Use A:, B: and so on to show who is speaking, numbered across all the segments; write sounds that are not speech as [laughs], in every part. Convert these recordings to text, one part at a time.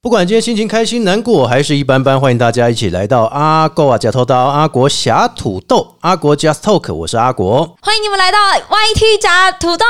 A: 不管今天心情开心、难过还是一般般，欢迎大家一起来到阿狗啊假头刀、阿国侠土豆、阿国 Just Talk，我是阿国，
B: 欢迎你们来到 YT 炸土豆。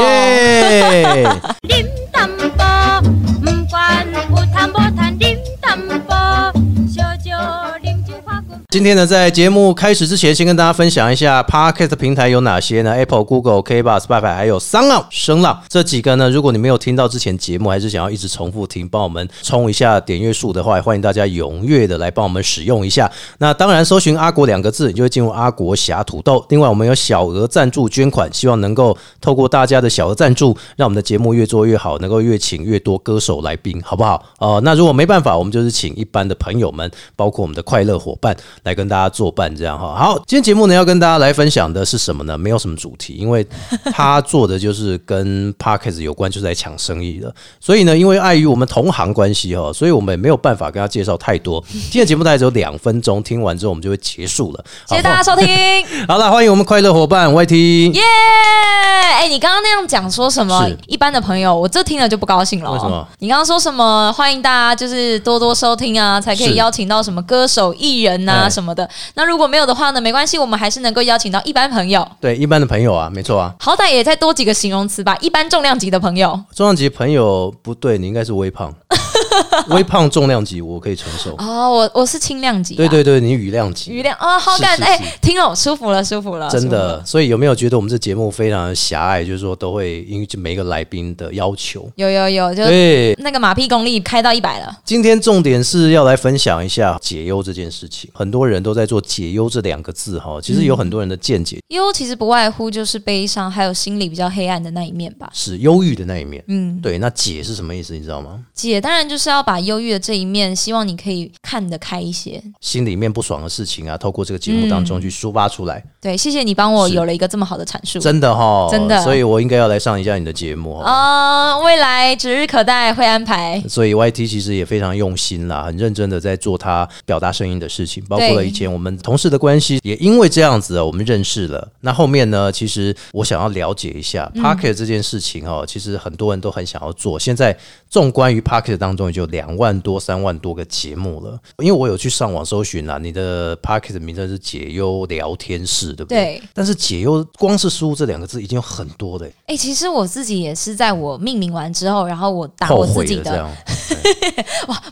A: 耶、
C: điểm tâm bò mừng quan u tham bò than điểm tâm bò cho cho điểm chữ hoa cùng
A: 今天呢，在节目开始之前，先跟大家分享一下 Podcast 平台有哪些呢？Apple、Google、K b o x Spotify 还有商浪、声浪这几个呢。如果你没有听到之前节目，还是想要一直重复听，帮我们冲一下点阅数的话，也欢迎大家踊跃的来帮我们使用一下。那当然，搜寻“阿国”两个字，你就会进入阿国侠土豆。另外，我们有小额赞助捐款，希望能够透过大家的小额赞助，让我们的节目越做越好，能够越请越多歌手来宾，好不好？呃，那如果没办法，我们就是请一般的朋友们，包括我们的快乐伙伴来跟大家作伴，这样哈。好，今天节目呢要跟大家来分享的是什么呢？没有什么主题，因为他做的就是跟 Parkes 有关，就是来抢生意的。所以呢，因为碍于我们同行关系哈，所以我们也没有办法跟他介绍太多。今天的节目大概只有两分钟，听完之后我们就会结束了。
B: 谢谢大家收听，耶！
A: 好了，欢迎我们快乐伙伴 YT。
B: 哎，你刚刚那样讲说什么
A: 是？
B: 一般的朋友，我这听了就不高兴了哦。
A: 为什么
B: 你刚刚说什么？欢迎大家就是多多收听啊，才可
A: 是
B: 以邀请到什么歌手、艺人呐、
A: 哎
B: 什么的。那如果没有的话呢，没关系，我们还是能够邀请到一般朋友，
A: 对一般的朋友啊，没错啊，
B: 好歹也再多几个形容词吧。一般重量级的朋友
A: 重量级朋友不对，你应该是微
B: [laughs]
A: 胖，微胖重量级我可以承受。
B: 哦，我我是轻量级、啊，
A: 对对对，你羽量级，
B: 余量啊、好感
A: 是是
B: 哎、
A: 是
B: 听了舒服了，舒服了，
A: 真
B: 舒服
A: 的。
B: 了。
A: 所以有没有觉得我们这节目非常狭隘？就是说都会因为每一个来宾的要求。
B: 有有有，就
A: 对，
B: 那个马屁功力开到一百了。
A: 今天重点是要来分享一下解忧这件事情。很多人都在做“解忧”这两个字哈，其实
B: 嗯
A: 有很多人的见解
B: 忧其实不外乎就是悲伤，还有心里比较黑暗的那一面吧。
A: 是忧郁的那一面。
B: 嗯，
A: 对，那解是什么意思？你知道吗？
B: 姐当然就是要把忧郁的这一面，希望你可以看得开一些。
A: 心里面不爽的事情啊，透过这个节目当
B: 嗯
A: 中去抒发出来，
B: 对，谢谢你帮我
A: 是
B: 有了一个这么好的阐述。
A: 真的哈，
B: 真的
A: 所以我应该要来上一下你的节目哈。
B: 啊、未来指日可待，会安排。
A: 所以 YT 其实也非常用心啦，很认真的在做他表达声音的事情，包括了以前我们同事的关系，也因为这样子啊，我们认识了。那后面呢，其实我想要了解一下
B: 嗯
A: Pocket 这件事情哦，其实很多人都很想要做。现在纵观于 Pocket 当中，也就两万多、三万多个节目了。因为我有去上网搜寻啊，你的 Pocket 名称是解忧聊天室，对不对？
B: 对，
A: 但是解忧光是输入这两个字已经有很多的、
B: 哎、其实我自己也是在我命名完之后，然后我打
A: 后
B: 我自
A: 悔
B: 己
A: 了这
B: 的， [laughs]
A: 样，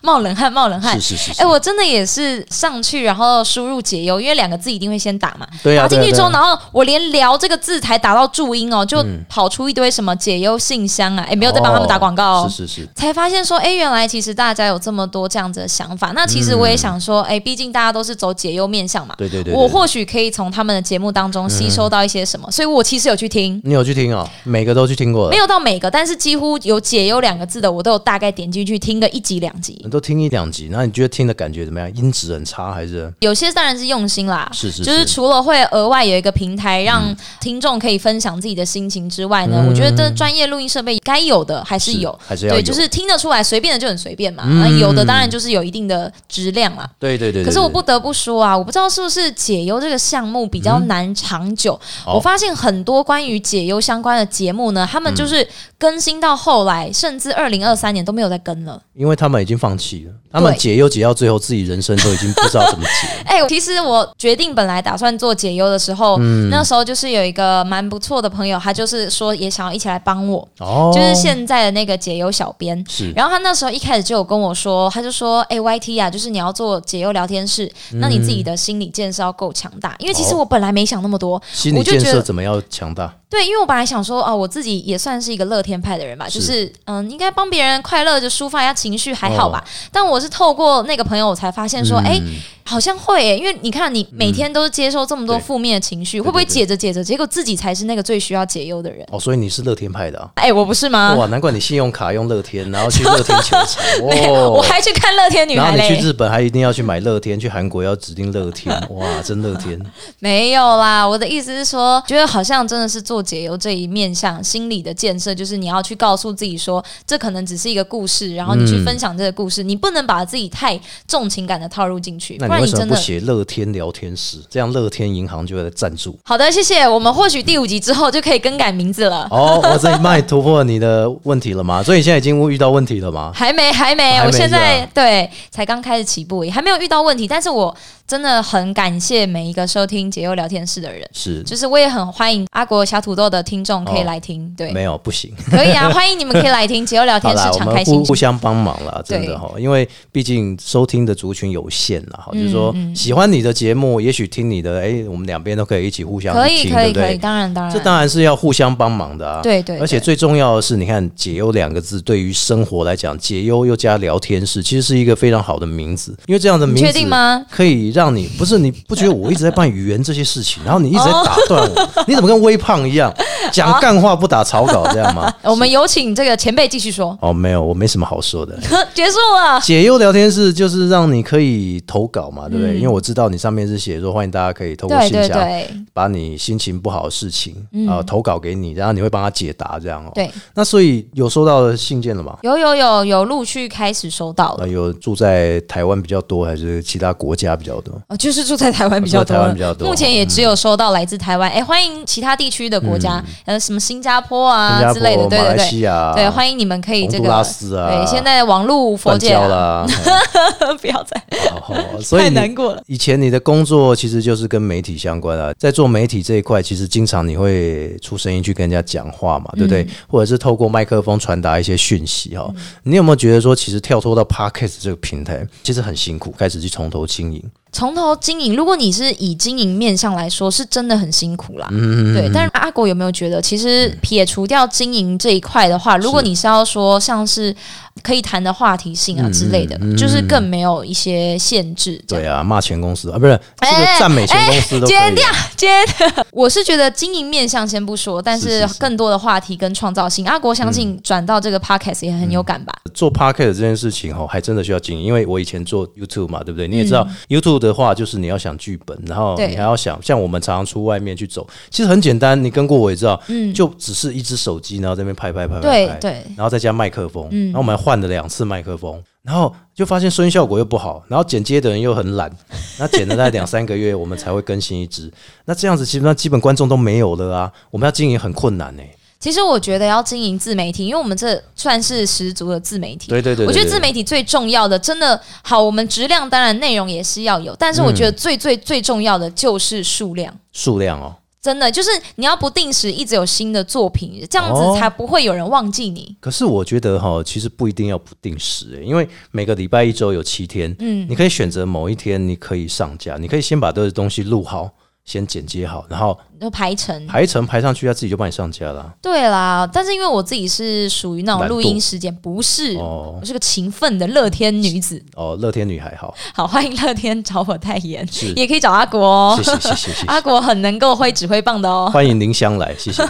B: 冒冷汗，冒冷汗
A: 是。是是是，
B: 哎、我真的也是上去，然后输入解忧，因为两个字一定会先打嘛。
A: 对呀、
B: 打
A: 啊，
B: 进
A: 对
B: 去
A: 啊
B: 之后，
A: 对啊嗯
B: 然后我连“聊”这个字才打到注音哦，就跑出一堆什么解忧信箱啊，哎、没有在帮他们打广告哦。
A: 是是是，
B: 才发现说，哎、原来其实大家有这么多这样子的想法。那其实我也想说，哎、毕竟大家都是走解忧面向嘛，
A: 嗯对对对对嗯
B: 我或许可以从他们的节目当中吸收到一些什么。所以我其实有去听，
A: 你有去听哦，每个都去听过了，
B: 没有到每个，但是几乎有解忧两个字的，我都有大概点进去听个一集两集
A: 你。都听一两集，那你觉得听的感觉怎么样？音质很差还是？
B: 有些当然是用心啦，
A: 是嗯是
B: 就是
A: 是
B: 除了会额外有一个平台让听众可以分享自己的心情之外呢，我觉得这专业录音设备该有的还是有，
A: 嗯还是要
B: 对，
A: 有？
B: 就是听得出来，随便的就很随便嘛。那、有的当然就是有一定的质量啦。
A: 对对对对
B: 可是我不
A: 对
B: 得不说啊，我不知道是不是解忧这个项目比较难长久。
A: 哦
B: 我发现很多关于解忧相关的节目呢，他
A: 嗯
B: 们就是更新到后来，甚至二零二三年都没有再更了。
A: 因为他们已经放弃了，他们
B: 对
A: 解忧解到最后，自己人生都已经不知道怎么
B: [laughs]
A: 解。
B: 哎、其实我决定本来打算做解忧的时候，
A: 嗯
B: 那时候就是有一个蛮不错的朋友，他就是说也想要一起来帮我，
A: 哦，
B: 就是现在的那个解忧小编。
A: 是
B: 然后他那时候一开始就有跟我说，他就说：“哎、y t 啊，就是你要做解忧聊天室，那你自己的心理建设要够强大。因为其实
A: 嗯哦
B: 我本来没想那么多，
A: 心理
B: 我就
A: 建
B: 觉
A: 设
B: 得
A: 怎么要强大？
B: 对，因为我本来想说，哦，我自己也算是一个乐天派的人吧，
A: 是
B: 就是嗯，应该帮别人快乐就抒发一下情绪，还好
A: 哦
B: 吧。但我是透过那个朋友，我才发现
A: 嗯
B: 说，哎、好像会耶，因为你看，你每天都是接受这么多
A: 对
B: 负面的情绪，
A: 对
B: 会不会
A: 对对
B: 解着解着，结果自己才是那个最需要解忧的人？
A: 哦，所以你是乐天派的啊。
B: 哎、我不是吗？
A: 哇，难怪你信用卡用乐天，然后
B: [laughs]
A: 去乐天球场，
B: 没有 [laughs] 我
A: 哦，
B: 还去看乐天女
A: 然
B: 孩
A: 后你去
B: 嘞，
A: 日本还一定要去买乐天，去韩国要指定乐
B: [laughs]
A: 天，哇，真乐天。
B: 没有啦。我的意思是说，觉得好像真的是做解忧这一面向心理的建设，就是你要去告诉自己说，这可能只是一个故事，然后你去分享这个故事，你不能把自己太重情感的套入进去，
A: 那
B: 不
A: 你
B: 不然
A: 为
B: 你
A: 什么
B: 真
A: 不
B: 的
A: 写乐天聊天室？这样乐天银行就会来赞助。
B: 好的，谢谢。我们或许第五集之后就可以更改名字了。
A: 哦，我这帮你突破你的问题了吗？所以你现在已经遇到问题了吗？
B: 还没，还
A: [laughs]
B: 没，
A: 还没
B: 我现在
A: 是吧
B: 对才刚开始起步而已，还没有遇到问题。但是我真的很感谢每一个收听解忧聊天室的人，
A: 是，
B: 就是我也很欢迎阿国小土豆的听众可以
A: 哦
B: 来听，对，
A: 没有不
B: [laughs]
A: 行。
B: 可以啊，欢迎你们可以来听解忧聊
A: 好
B: 天室
A: 啦，，我
B: 敞
A: 们
B: 开
A: 互
B: 心
A: 互
B: 胸。
A: 相帮忙啦，真
B: 对
A: 的哈，因为毕竟收听的族群有限啦，哈，就是说
B: 嗯
A: 喜欢你的节目，也许听你的，哎、我们两边都可以一起互相
B: 可
A: 听
B: 以，可
A: 对
B: 以，
A: 不
B: 可以，
A: 对？
B: 当然，当然，
A: 这当然是要互相帮忙的啊。
B: 哎对对
A: 而且
B: 对
A: 最重要的是，你看“解忧”两个字，对于生活来讲，“解忧”又加聊天室，其实是一个非常好的名字，因为这样的名
B: 你
A: 字
B: 确定吗？
A: 可以让你不是你不觉得我一直在帮你圆这些事情，然后你一直在打断我，
B: [laughs]
A: 你怎么跟微胖一样讲干话不打草稿这样吗？
B: 我们有请这个前辈继续说，
A: 哦，没有，我没什么好说的。
B: 结束了。
A: 解忧聊天室就是让你可以投稿嘛，对不对？因为我知道你上面是写说欢迎大家可以透过
B: 嗯对
A: 信
B: 对
A: 箱
B: 对
A: 把你心情不好的事情啊、呃投稿给你，然后你会帮他解答这样哦。，
B: 嗯对，
A: 那所以有收到的信件了吗？
B: 有有有有陆续开始收到了
A: 呃，，有住在台湾比较多，还是其他国家比较多？
B: 哦，就是住在台湾比较多
A: 住在台
B: 了，
A: 湾比较多
B: 目前也只有收到来自台湾，哎、欢迎其他地区的国家，呃，什么新加坡
A: 新
B: 啊
A: 加
B: 之类的，
A: 坡、
B: 对
A: 马
B: 对
A: 来
B: 对
A: 西。亚、
B: 对，欢迎你们可以这
A: 洪
B: 个
A: 都拉斯啊
B: 对，现在网络佛
A: 断
B: 界
A: 交
B: 啊，
A: 啦。
B: 不要再
A: 好，
B: [laughs]
A: 所以
B: 太
A: 你
B: 难过了。
A: 以前你的工作其实就是跟媒体相关啊，在做媒体这一块，其实经常你会出声音去跟人家讲话嘛，
B: 嗯
A: 对不对？或者是透过麦克风传达一些讯息哈、
B: 嗯
A: 你有没有觉得说，其实跳脱到 podcast 这个平台，其实很辛苦，开始去从头经营？
B: 从头经营，如果你是以经营面上来说，是真的很辛苦啦。嗯，对。但是阿国有没有觉得，其实撇除掉经营这一块的话，如果你是要说像是可以谈的话题性啊之类的，就是更没有一些限制。这样
A: 对啊，骂前公司啊，不是这个
B: 哎
A: 赞美前公司都可以、啊
B: 剪掉 [laughs] 今天 [laughs] 我是觉得经营面向先不说，但
A: 是
B: 是嗯
A: 是是
B: 更多的话题跟创造性，阿国相信转到这个 podcast 也很有感吧？
A: 做 podcast 这件事情哦，还真的需要经营，因为我以前做 YouTube 嘛，对不对？你也知道、YouTube 的话，就是你要想剧本，然后
B: 嗯对
A: 你还要想，像我们常常出外面去走，其实很简单，你跟过我也知道，就只是一只手机，然后这边拍拍拍拍
B: 嗯对
A: 拍，
B: 对嗯
A: 然后再加麦克风，然后我们还换了两次麦克风，然后就发现声音效果又不好，然后剪接的人又很懒，那剪了大概两三个月，我们才会更新一支，那这样子基本上基本观众都没有了啊，我们要经营很困难欸呢、
B: 其实我觉得要经营自媒体，因为我们这算是十足的自媒体。
A: 对对对对
B: 我觉得
A: 对
B: 自媒体最重要的，真的好，我们质量当然内容也是要有，但是我
A: 嗯
B: 觉得最最最重要的就是数量。
A: 数量哦，
B: 真的就是你要不定时一直有新的作品，这样
A: 哦
B: 子才不会有人忘记你。
A: 可是我觉得哈，其实不一定要不定时、欸，因为每个礼拜一周有七天，嗯，你可以选择某一天，你可以上架，你可以先把这个东西录好，先剪接好，然后
B: 就排程
A: 排成排上去，它自己就帮你上架了。
B: 对啦，但是因为我自己是属于那种
A: 懒惰
B: 录音时间，不是，
A: 哦
B: 我是个勤奋的乐天女子。
A: 哦，乐天女孩好，
B: 好，欢迎乐天找我代言
A: 是，
B: 也可以找阿国、哦
A: 谢。谢谢谢谢
B: [laughs]
A: 谢，
B: 阿国很能够挥指挥棒的哦。
A: 欢迎林香来，谢谢。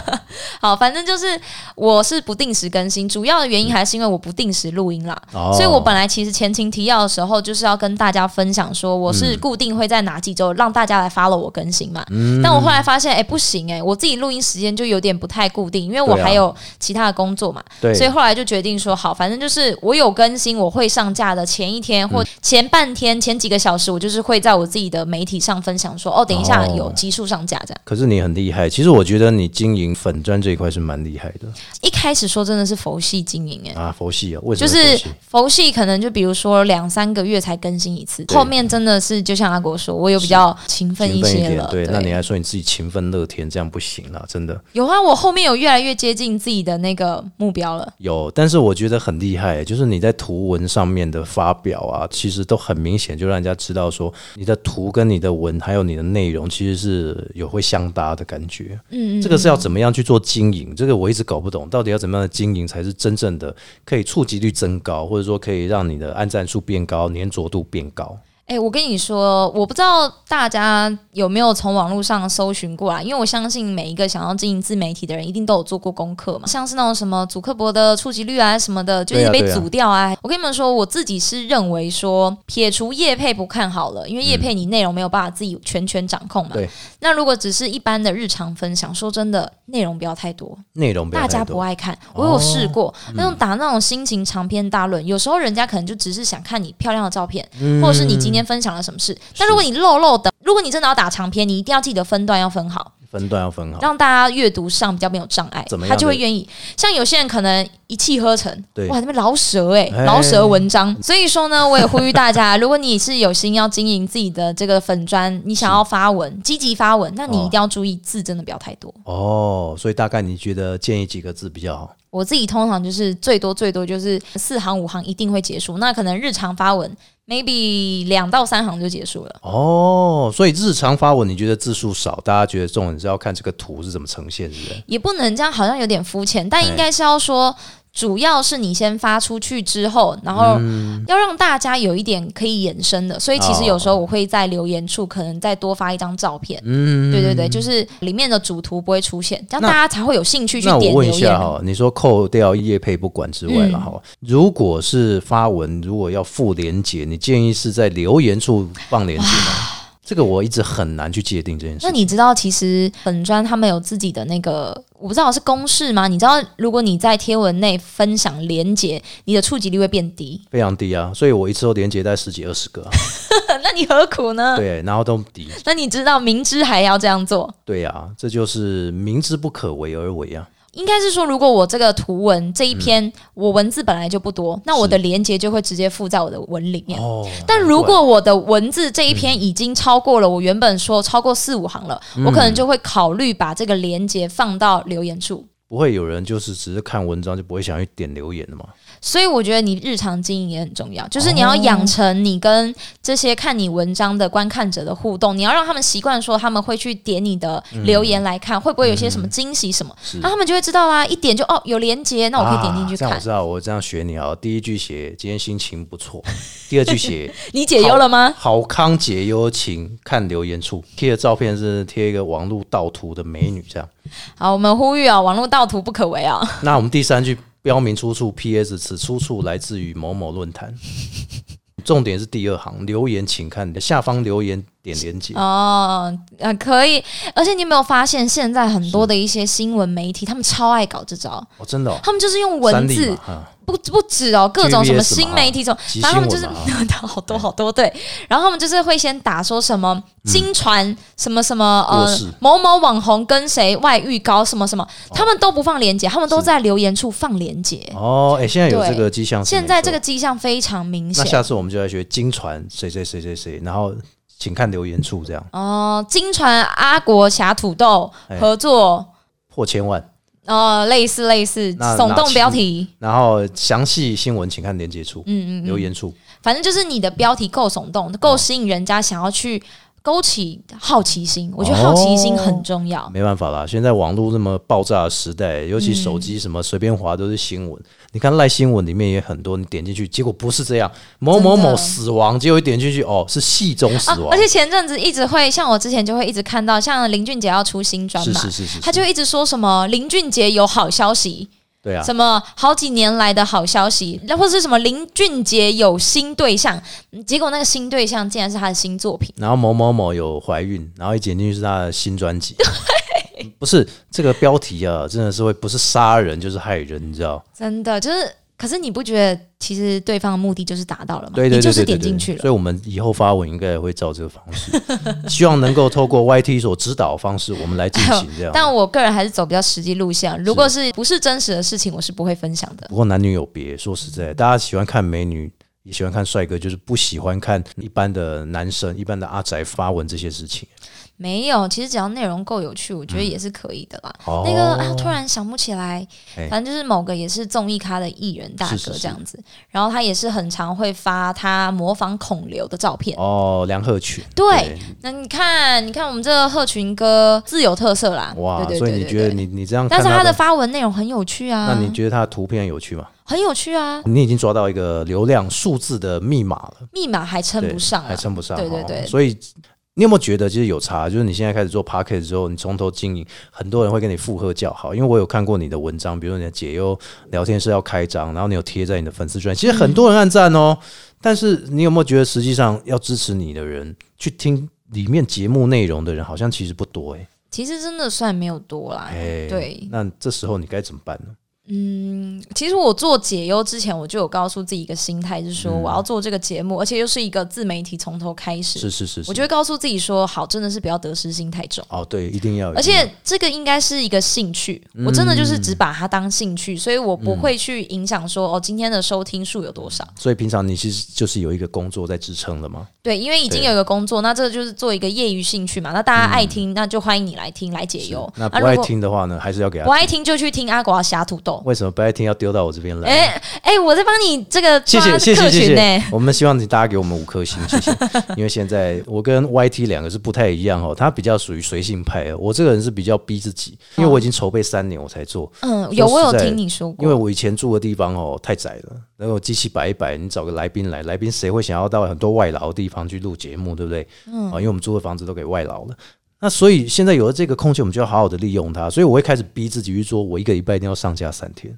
B: 好，反正就是我是不定时更新，主要的原因还是因为我不定时录音啦。
A: 嗯哦
B: 所以我本来其实前情提要的时候，就是要跟大家分享说，我
A: 嗯
B: 是固定会在哪几周让大家来 follow 我更新嘛。
A: 嗯
B: 但我后来发现，哎、不行哎、我自己录音时间就有点不太固定，因为我
A: 对啊
B: 还有其他的工作嘛。
A: 对
B: 所以后来就决定说，好，反正就是我有更新，我会上架的前一天
A: 嗯
B: 或前半天、前几个小时，我就是会在我自己的媒体上分享说，哦，等一下
A: 哦
B: 有集数上架这样。
A: 可是你很厉害，其实我觉得你经营粉砖这一块是蛮厉害的
B: 一开始说真的是佛系经营哎、
A: 啊，佛系啊，为什
B: 就
A: 么佛
B: 是
A: 系？
B: 佛系，可能就比如说两三个月才更新一次，
A: 对
B: 后面真的是就像阿国说，我有比较勤奋
A: 勤奋一
B: 些
A: 点
B: 了。，
A: 对，那你还说你自己勤奋乐天，这样不行啦，真的。
B: 有啊，我后面有越来越接近自己的那个目标了。
A: 有，但是我觉得很厉害，就是你在图文上面的发表啊，其实都很明显，就让人家知道说你的图跟你的文还有你的内容其实是有会相搭的感觉。嗯这个是要怎么样去做经
B: 嗯
A: 营？这个我一直搞不懂，到底要怎么样的经营才是真正的可以触及率增高，或者说可以让你的按赞数变高、粘着度变高？
B: 哎、我跟你说，我不知道大家有没有从网络上搜寻过啊？因为我相信每一个想要经营自媒体的人，一定都有做过功课嘛。像是那种什么祖克伯的触及率啊什么的，就
A: 对
B: 是
A: 啊
B: 被
A: 对啊
B: 阻掉啊。我跟你们说，我自己是认为说，撇除业配不看好了，因为业配你内容没有办法自己全权掌控嘛。
A: 嗯对
B: 那如果只是一般的日常分享，说真的，内容不要太多。
A: 内容不要
B: 大家
A: 太
B: 不
A: 多。哦嗯
B: 爱看，我有试过、那
A: 嗯
B: 种打那种心情长篇大论，有时候人家可能就只是想看你漂亮的照片，或者是你今天天分享了什么事。那如果你漏漏的，如果你真的要打长篇，你一定要记得分段要分好，
A: 分段要分好，
B: 让大家阅读上比较没有障碍
A: 怎么，样
B: 他就会
A: 的
B: 愿意。像有些人可能一气呵成，
A: 对
B: 哇，那边饶舌哎、
A: 哎
B: 饶舌文章。所以说呢，我也呼吁大家， [laughs] 如果你是有心要经营自己的这个粉砖，你想要发文，积极发文，那你
A: 哦
B: 一定要注意字真的不要太多。
A: 哦，所以大概你觉得建议几个字比较好？
B: 我自己通常就是最多最多就是四行五行一定会结束，那可能日常发文 maybe 两到三行就结束了。
A: 哦，所以日常发文你觉得字数少，大家觉得重点是要看这个图是怎么呈现，是不是？
B: 也不能这样，好像有点肤浅，但应该是要说，主要是你先发出去之后，然后
A: 嗯
B: 要让大家有一点可以延伸的。所以其实有
A: 哦
B: 时候我会在留言处可能再多发一张照片，
A: 嗯，
B: 对对对，就是里面的主图不会出现，这样
A: 那
B: 大家才会有兴趣去
A: 那我
B: 点
A: 问
B: 留
A: 一下
B: 言。
A: 哈，你说扣掉业配不管之外了哈、
B: 嗯
A: 如果是发文，如果要附连接，你建议是在留言处放连接吗？这个我一直很难去界定这件事
B: 那。你知道，其实本专他们有自己的那个，我不知道是公式吗？你知道，如果你在贴文内分享连接，你的触及率会变低，
A: 非常低啊，所以我一次都连接在十几二十个啊、
B: [laughs] 那你何苦呢？
A: 对，然后都低，
B: 那你知道，明知还要这样做，
A: 对啊，这就是明知不可为而为啊，
B: 应该是说，如果我这个图文这一篇、我文字本来就不多，那我的连接就会直接附在我的文里面。
A: 哦，
B: 但如果我的文字这一篇已经超过了我原本说超过四五行了，我可能就会考虑把这个连接放到留言处。
A: 不会有人就是只是看文章就不会想去点留言的嘛？
B: 所以我觉得你日常经营也很重要，就是你要养成你跟这些看你文章的观看者的互动，你要让他们习惯说他们会去点你的留言来看，会不会有些什么惊喜什么，
A: 嗯是
B: 那、他们就会知道啦，一点就哦有连接，那我可以点进去
A: 啊这样
B: 看。
A: 我知道，我这样学你啊。第一句写今天心情不错， [laughs] 第二句写
B: 你解忧了吗？
A: 好康解忧情，看留言处贴的照片是贴一个网络盗图的美女这样。
B: 好，我们呼吁啊、网络盗图不可为啊、
A: 那我们第三句标明出处，P.S. 此出处来自于某某论坛。重点是第二行留言，请看你的下方留言点连接。
B: 哦，呃，可以。而且你有没有发现，现在很多的一些新闻媒体，他们超爱搞这招，
A: 哦，真的、哦，
B: 他们就是用
A: 三
B: 文
A: 立
B: 字
A: 嘛，哈
B: 不不止哦，各种什么
A: TVS
B: 新媒体什么，
A: 即啊
B: 反正他们就是 [laughs]
A: 新闻嘛
B: 好多好多对，然后他们就是会先打说什么金
A: 嗯
B: 传什么什么呃
A: 过世
B: 某某网红跟谁外遇高什么什么，他们都不放链接，他们都在留言处放链接。
A: 哦，哎、现在有
B: 对
A: 这个迹象是没错。
B: 现在这个迹象非常明
A: 那
B: 显
A: 下次我们就来学金传谁谁谁谁谁，然后请看留言处这样
B: 哦，金传阿国侠土豆
A: 哎
B: 合作。
A: 破千万。
B: 呃，类似类似
A: 那
B: 耸
A: 哪
B: 动
A: 期
B: 标题，
A: 然后详细新闻请看连接处、
B: 嗯嗯
A: 留言处。
B: 反正就是你的标题够耸动，
A: 哦
B: 够吸引人家想要去勾起好奇心。我觉得
A: 哦
B: 好奇心很重要。
A: 没办法啦，现在网络这么爆炸的时代，尤
B: 嗯
A: 其手机什么随便划都是新闻。你看赖新闻里面也很多，你点进去，结果不是这样，某某
B: 真的
A: 某死亡，结果一点进去哦，是戏中死
B: 啊
A: 亡，！
B: 而且前阵子一直会像我之前就会一直看到，像林俊杰要出新专
A: 是
B: 嘛，
A: 是是是，
B: 他
A: 是
B: 就一直说什么林俊杰有好消息，
A: 对啊，
B: 什么好几年来的好消息，那或者是什么林俊杰有新对象，嗯结果那个新对象竟然是他的新作品。
A: 然后某某某有怀孕，然后一点进去是他的新专辑。不是这个标题啊，真的是会不是杀人就是害人，你知道？
B: 真的就是，可是你不觉得其实对方的目的就是达到了吗？
A: 对对
B: 你就
A: 对
B: 是
A: 对对
B: 点进
A: 对
B: 去了
A: 所以，。我们以后发文应该也会照这个方式， [laughs] 希望能够透过 YT 所指导的方式，我们来进行这样。
B: 哎但我个人还是走比较实际路线啊，如果是不是真实的事情，我是不会分享的。
A: 不过男女有别，说实在，大家喜欢看美女，也喜欢看帅哥，就是不喜欢看一般的男生、一般的阿宅发文这些事情。
B: 没有，其实只要内容够有趣，我觉得也是可以的啦。
A: 嗯哦
B: 那个啊，突然想不起来
A: 哎，
B: 反正就是某个也是综艺咖的艺人大
A: 是
B: 哥
A: 是是
B: 这样子，然后他也是很常会发他模仿孔刘的照片。
A: 哦，梁鹤群，
B: 对，那你看，你看我们这个鹤群哥自有特色啦，
A: 对哇，
B: 啊对对
A: 所以
B: 对
A: 你
B: 对
A: 觉得
B: 对
A: 你你这样看
B: 但是他的
A: 的，
B: 发文内容很有趣啊，
A: 那你嗯觉得他的图片有趣吗？
B: 很有趣啊，
A: 你已经抓到一个流量数字的密码了，
B: 密码还称
A: 对
B: 不上啊，
A: 还称不上，
B: 对对对
A: 哦所以。你有没有觉得其实有差？就是你现在开始做 p o c k e t 之后，你从头经营，很多人会跟你附和叫好。因为我有看过你的文章，比如说你的解忧聊天室要开张，然后你有贴在你的粉丝专，其实很多人按赞哦。但是你有没有觉得，实际上要支持你的人，去听里面节目内容的人，好像其实不多哎、
B: 其实真的算没有多啦，
A: 哎
B: 对
A: 那这时候你该怎么办呢？
B: 嗯，其实我做解忧之前，我就有告诉自己一个心态，是
A: 嗯
B: 说我要做这个节目，而且又是一个自媒体从头开始。
A: 是是是
B: 我
A: 是，
B: 就会告诉自己说，好，真的是不要得失心太重。
A: 哦，对，一定要，
B: 而
A: 一定要
B: 且这个应该是一个兴趣，
A: 嗯
B: 我真的就是只把它当兴趣，所以我不会去影响说哦今天的收听数有多少。
A: 所以平常你其实就是有一个工作在支撑了嘛。
B: 对，因为已经
A: 对
B: 有一个工作，那这个就是做一个业余兴趣嘛。那大家爱听，那就欢迎你来听来解忧。
A: 嗯那
B: 啊
A: 不爱
B: 如果
A: 听的话呢，还是要给
B: 不
A: 他。
B: 爱听就去听阿瓜侠土豆。
A: 为什么不爱听要丢到我这边来？
B: 哎哎、我在帮你这个
A: 谢
B: 抓
A: 谢谢
B: 客
A: 谢谢
B: 群呢、
A: 谢，我们希望你大家给我们五颗星，谢
B: [laughs]
A: 谢。因为现在我跟 YT 两个是不太一样哦，他比较属于随性派哦，我这个人是比较逼自己，因为我已经筹备三年我才做，
B: 嗯，有我有
A: 说实在
B: 听你说
A: 因为
B: 过，
A: 我以前住的地方哦太窄了，然后机器摆一摆，你找个来宾来，来宾谁会想要到很多外劳的地方去录节目，对不对？嗯，啊，因为我们租的房子都给外劳了。那所以现在有了这个空间，我们就要好好的利用它。所以我会开始逼自己去做，我一个礼拜一定要上架三天，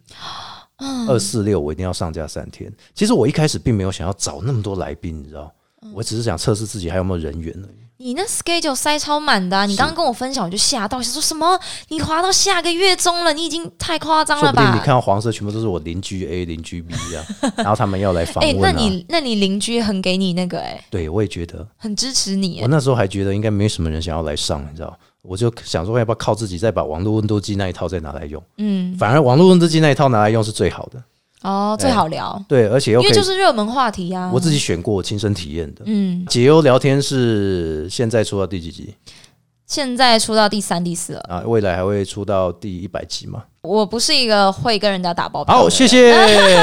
B: 嗯
A: 二四六我一定要上架三天。其实我一开始并没有想要找那么多来宾，你知道，
B: 嗯
A: 我只是想测试自己还有没有人缘而已。
B: 你那 schedule 塞超满的、啊，你刚刚跟我分享，我就吓到，想说什么？你滑到下个月中了，你已经太夸张
A: 说
B: 了
A: 不定你
B: 吧
A: 看？到黄色全部都是我邻居 A、邻居 B
B: [laughs]
A: 这样，然后他们要来访
B: 哎、
A: 问
B: 那
A: 啊。
B: 你那你邻居很给你那个哎、
A: 对，我也觉得。
B: 很支持你、
A: 我
B: 哎，
A: 那时候还觉得应该没什么人想要来上，你知道，我就想说要不要靠自己再把网络温度计那一套再拿来用，
B: 嗯，
A: 反而网络温度计那一套拿来用是最好的，
B: 哦，最
A: 哎
B: 好聊，
A: 对，而且又
B: 因
A: 可
B: 为
A: 以
B: 就是热门话题啊。
A: 我自己选过，我亲身体验的。
B: 嗯，
A: 解忧聊天是现在出到第几集
B: 现在出到第三、第四了，
A: 啊？未来还会出到第一百集吗？
B: 我不是一个会跟人家打包票的人。
A: 好，谢
B: [laughs]
A: 谢。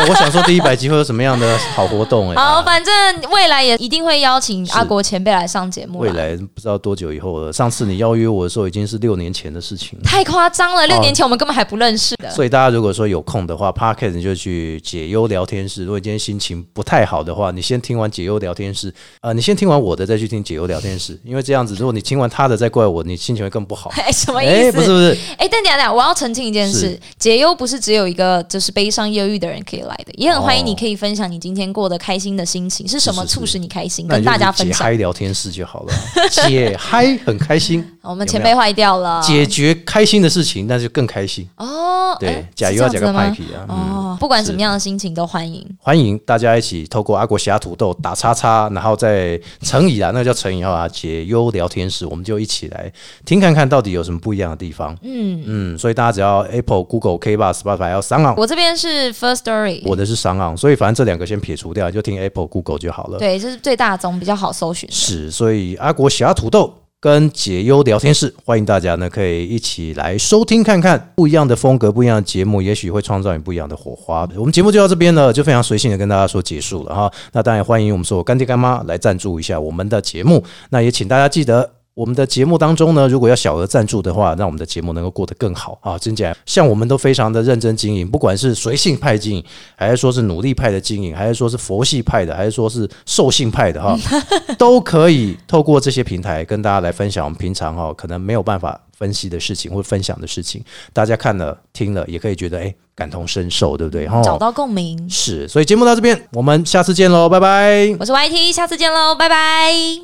A: 我想说第一百集会有什么样的好活动、哎，
B: 好，
A: 啊
B: 反正未来也一定会邀请阿国前辈来上节目
A: 未
B: 啦。
A: 来不知道多久以后了。上次你邀约我的时候已经是六年前的事情了。
B: 太夸张了，六年
A: 哦
B: 前我们根本还不认识 [laughs] 的。
A: 所以大家如果说有空的话 p o d c a s t 你就去解忧聊天室。如果你今天心情不太好的话，你先听完解忧聊天室，呃，你先听完我的，再去听解忧聊天室，因为这样子，如果你听完他的再怪我，你心情会更不好。
B: 哎、 [laughs] 什么意思？
A: 不是不是，
B: 哎、但等一下等一下，我要澄清一件事
A: 是：
B: 解忧不是只有一个就是悲伤忧郁的人可以来的，也很欢迎
A: 哦
B: 你可以分享你今天过得开心的心情，是什么
A: 是是
B: 促使你开心，
A: 那
B: 跟
A: 你就
B: 大家
A: 去
B: 分
A: 解
B: 享
A: 嗨。聊天室就好了，解嗨很开心，
B: [laughs] 我们
A: 有
B: 前
A: 没
B: 辈
A: 有
B: 坏掉了，
A: 解决开心的事情，那就更开心。
B: 哦，
A: 对
B: 哎，
A: 加
B: 是
A: 油
B: 这
A: 啊，
B: 样
A: 加
B: 子的
A: 个
B: 吗
A: Pike 啊，嗯。
B: 哦，不管
A: 是
B: 什么样的心情都欢迎。
A: 欢迎大家一起透过阿国侠土豆打叉叉，然后再乘以啊，那个叫乘以号啊，解忧聊天室，我们就一起来听看看到底有什么不一样的地方。嗯嗯，所以大家只要 Apple、Google、K 吧、Spotify 要商昂，
B: 我这边是 First Story，
A: 我的是商昂，所以反正这两个先撇除掉，你就听 Apple、Google 就好了。
B: 对，这是最大宗，比较好搜寻的。
A: 是，所以阿国侠土豆跟解忧聊天室，欢迎大家呢可以一起来收听看看不一样的风格、不一样的节目，也许会创造你不一样的火花。我们节目就到这边了，就非常随性的跟大家说结束了哈。那当然也欢迎我们所有干爹干妈来赞助一下我们的节目，那也请大家记得。我们的节目当中呢，如果要小额赞助的话，让我们的节目能够过得更好啊！真假，像我们都非常的认真经营，不管是随性派经营，还是说是努力派的经营，还是说是佛系派的，还是说是兽性派的哈， [laughs] 都可以透过这些平台跟大家来分享我们平常哦可能没有办法分析的事情或分享的事情，大家看了听了也可以觉得哎感同身受，对不对？哈
B: 找到共鸣。
A: 是，所以节目到这边，我们下次见喽，拜拜。
B: 我是 YT，下次见喽，拜拜。